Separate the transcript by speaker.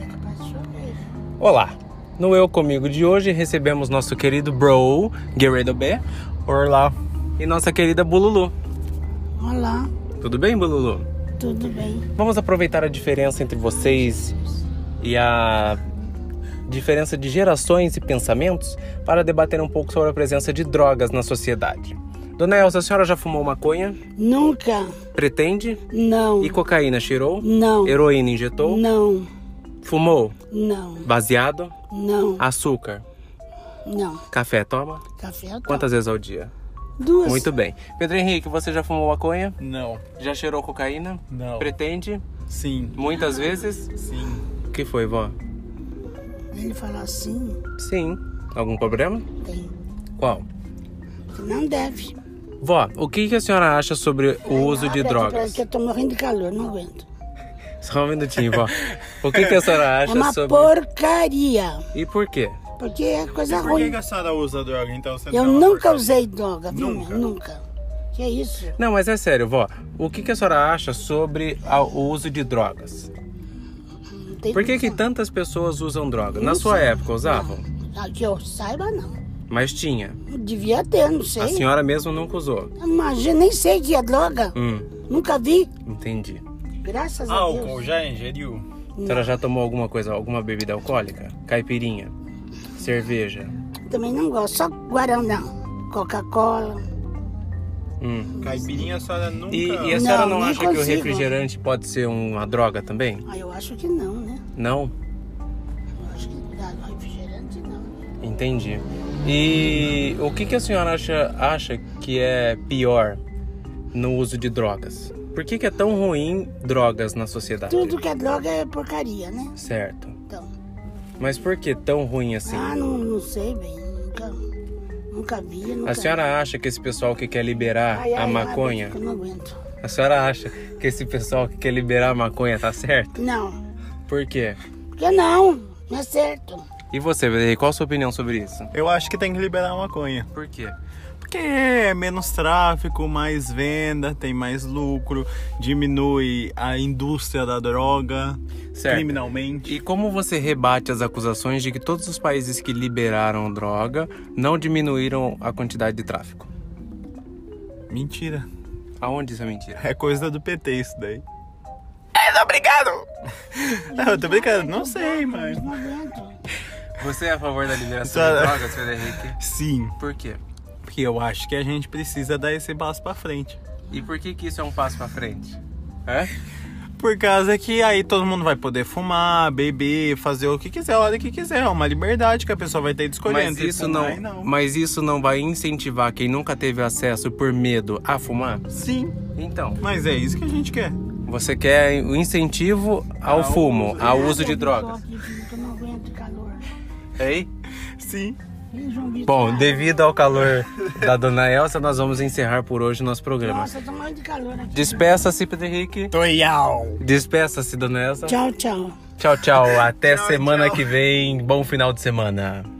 Speaker 1: é
Speaker 2: Olá! No Eu Comigo de hoje recebemos nosso querido bro, Guerreiro B,
Speaker 3: Olá,
Speaker 2: e nossa querida Bululu.
Speaker 1: Olá,
Speaker 2: Tudo bem, Bululu?
Speaker 1: tudo bem?
Speaker 2: Vamos aproveitar a diferença entre vocês e a diferença de gerações e pensamentos para debater um pouco sobre a presença de drogas na sociedade. Dona Elsa, a senhora já fumou maconha?
Speaker 1: Nunca,
Speaker 2: Pretende?
Speaker 1: não,
Speaker 2: E cocaína cheirou?
Speaker 1: não,
Speaker 2: Heroína injetou?
Speaker 1: não,
Speaker 2: Fumou?
Speaker 1: não,
Speaker 2: Baseado?
Speaker 1: não,
Speaker 2: Açúcar?
Speaker 1: não.
Speaker 2: Café toma?
Speaker 1: Café eu tomo.
Speaker 2: Ah. Quantas vezes ao dia?
Speaker 1: Duas.
Speaker 2: Muito bem. Pedro Henrique, você já fumou maconha?
Speaker 3: não,
Speaker 2: Já cheirou cocaína?
Speaker 3: não,
Speaker 2: Pretende?
Speaker 3: sim,
Speaker 2: Muitas vezes?
Speaker 3: sim,
Speaker 2: O que foi, vó?
Speaker 1: Ele falou assim,
Speaker 2: Sim. Algum problema?
Speaker 1: tem,
Speaker 2: Qual?
Speaker 1: que não deve.
Speaker 2: Vó, o que que a senhora acha sobre o uso
Speaker 1: Abre
Speaker 2: de
Speaker 1: aqui pra-
Speaker 2: drogas?
Speaker 1: Que eu tô morrendo de calor, não aguento.
Speaker 2: Só um minutinho, vó. O que que a senhora
Speaker 1: É
Speaker 2: acha
Speaker 1: uma
Speaker 2: sobre...
Speaker 1: porcaria,
Speaker 2: E por quê?
Speaker 1: porque é coisa
Speaker 3: Por que,
Speaker 1: ruim.
Speaker 3: que a senhora usa droga então? Você
Speaker 1: Eu
Speaker 3: não é uma
Speaker 1: nunca
Speaker 3: porcaria?
Speaker 1: usei droga, viu?
Speaker 3: Nunca?
Speaker 1: meu? Nunca. Que isso?
Speaker 2: Não, mas é sério, vó. O que que a senhora acha sobre a- o uso de drogas?
Speaker 1: Não tem
Speaker 2: Por que que
Speaker 1: noção.
Speaker 2: tantas pessoas usam droga?
Speaker 1: Não
Speaker 2: Na sua
Speaker 1: sei.
Speaker 2: época usavam?
Speaker 1: Não, não, Ah, que eu saiba, não.
Speaker 2: Mas tinha.
Speaker 1: Devia ter, não
Speaker 2: A
Speaker 1: sei.
Speaker 2: senhora mesmo nunca usou.
Speaker 1: Imagina, nem sei que é droga.
Speaker 2: Hum,
Speaker 1: Nunca vi.
Speaker 2: entendi.
Speaker 1: Graças a Deus.
Speaker 3: Álcool, já ingeriu?
Speaker 2: A senhora já tomou alguma coisa, alguma bebida alcoólica? Caipirinha? Cerveja?
Speaker 1: Também não gosto, só Guaraná, Coca-Cola.
Speaker 2: Hum.
Speaker 3: Caipirinha a senhora nunca...
Speaker 2: E, e a senhora
Speaker 1: Não,
Speaker 2: não,
Speaker 1: nem
Speaker 2: acha que o
Speaker 1: consigo.
Speaker 2: refrigerante pode ser uma droga também?
Speaker 1: Ah, eu acho que não, né?
Speaker 2: Não?
Speaker 1: Eu acho que ah, no refrigerante não.
Speaker 2: Entendi. E o que, que a senhora acha, acha que é pior no uso de drogas? Por que, que é tão ruim drogas na sociedade?
Speaker 1: Tudo que é droga é porcaria, né?
Speaker 2: Certo.
Speaker 1: Então,
Speaker 2: Mas por que tão ruim assim?
Speaker 1: ah, não, não sei bem, nunca, nunca vi, nunca...
Speaker 2: A senhora acha que esse pessoal que quer liberar
Speaker 1: Ai, ai,
Speaker 2: a
Speaker 1: ai,
Speaker 2: maconha,
Speaker 1: Eu não aguento.
Speaker 2: a senhora acha que esse pessoal que quer liberar a maconha tá certo?
Speaker 1: Não,
Speaker 2: Por quê?
Speaker 1: porque não, não é certo.
Speaker 2: E você, Bederê, qual a sua opinião sobre isso?
Speaker 3: Eu acho que tem que liberar a maconha.
Speaker 2: Por quê?
Speaker 3: Porque é menos tráfico, mais venda, tem mais lucro, diminui a indústria da droga,
Speaker 2: Certo.
Speaker 3: criminalmente.
Speaker 2: E como você rebate as acusações de que todos os países que liberaram droga não diminuíram a quantidade de tráfico?
Speaker 3: Mentira.
Speaker 2: Aonde isso é mentira?
Speaker 3: É coisa do PT isso daí. É,
Speaker 2: tá
Speaker 3: não, obrigado! Não, eu tô brincando, não sei, mas...
Speaker 1: Não aguento.
Speaker 2: Você é a favor da liberação de
Speaker 3: Senhora-
Speaker 2: drogas, Frederic?
Speaker 3: Sim,
Speaker 2: Por quê?
Speaker 3: porque eu acho que a gente precisa dar esse passo pra frente.
Speaker 2: E por que que isso é um passo pra frente? É?
Speaker 3: Por causa que aí todo mundo vai poder fumar, beber, fazer o que quiser, a hora que quiser. É uma liberdade que a pessoa vai ter de escolher.
Speaker 2: Mas
Speaker 3: entre
Speaker 2: isso
Speaker 3: fumar
Speaker 2: não,
Speaker 3: e
Speaker 2: mas isso não vai incentivar quem nunca teve acesso por medo a fumar?
Speaker 3: Sim,
Speaker 2: Então,
Speaker 3: mas é isso que a gente quer.
Speaker 2: você quer o incentivo ao
Speaker 3: Ao
Speaker 2: fumo,
Speaker 3: uso.
Speaker 2: ao uso
Speaker 1: Ah,
Speaker 2: de
Speaker 1: João
Speaker 2: drogas.
Speaker 1: Vitor, que Eu não aguento calor.
Speaker 2: Ei?
Speaker 3: Sim.
Speaker 1: Ih, João Vitor,
Speaker 2: Bom,
Speaker 1: ah,
Speaker 2: devido ao calor da dona Elsa, nós vamos encerrar por hoje o nosso programa.
Speaker 1: Nossa, eu tô morrendo de calor aqui.
Speaker 2: Despeça-se, Pedro Henrique.
Speaker 3: Toial.
Speaker 2: Despeça-se, dona Elsa.
Speaker 1: Tchau, tchau.
Speaker 2: Tchau, tchau. Até semana
Speaker 3: tchau.
Speaker 2: que vem. Bom final de semana.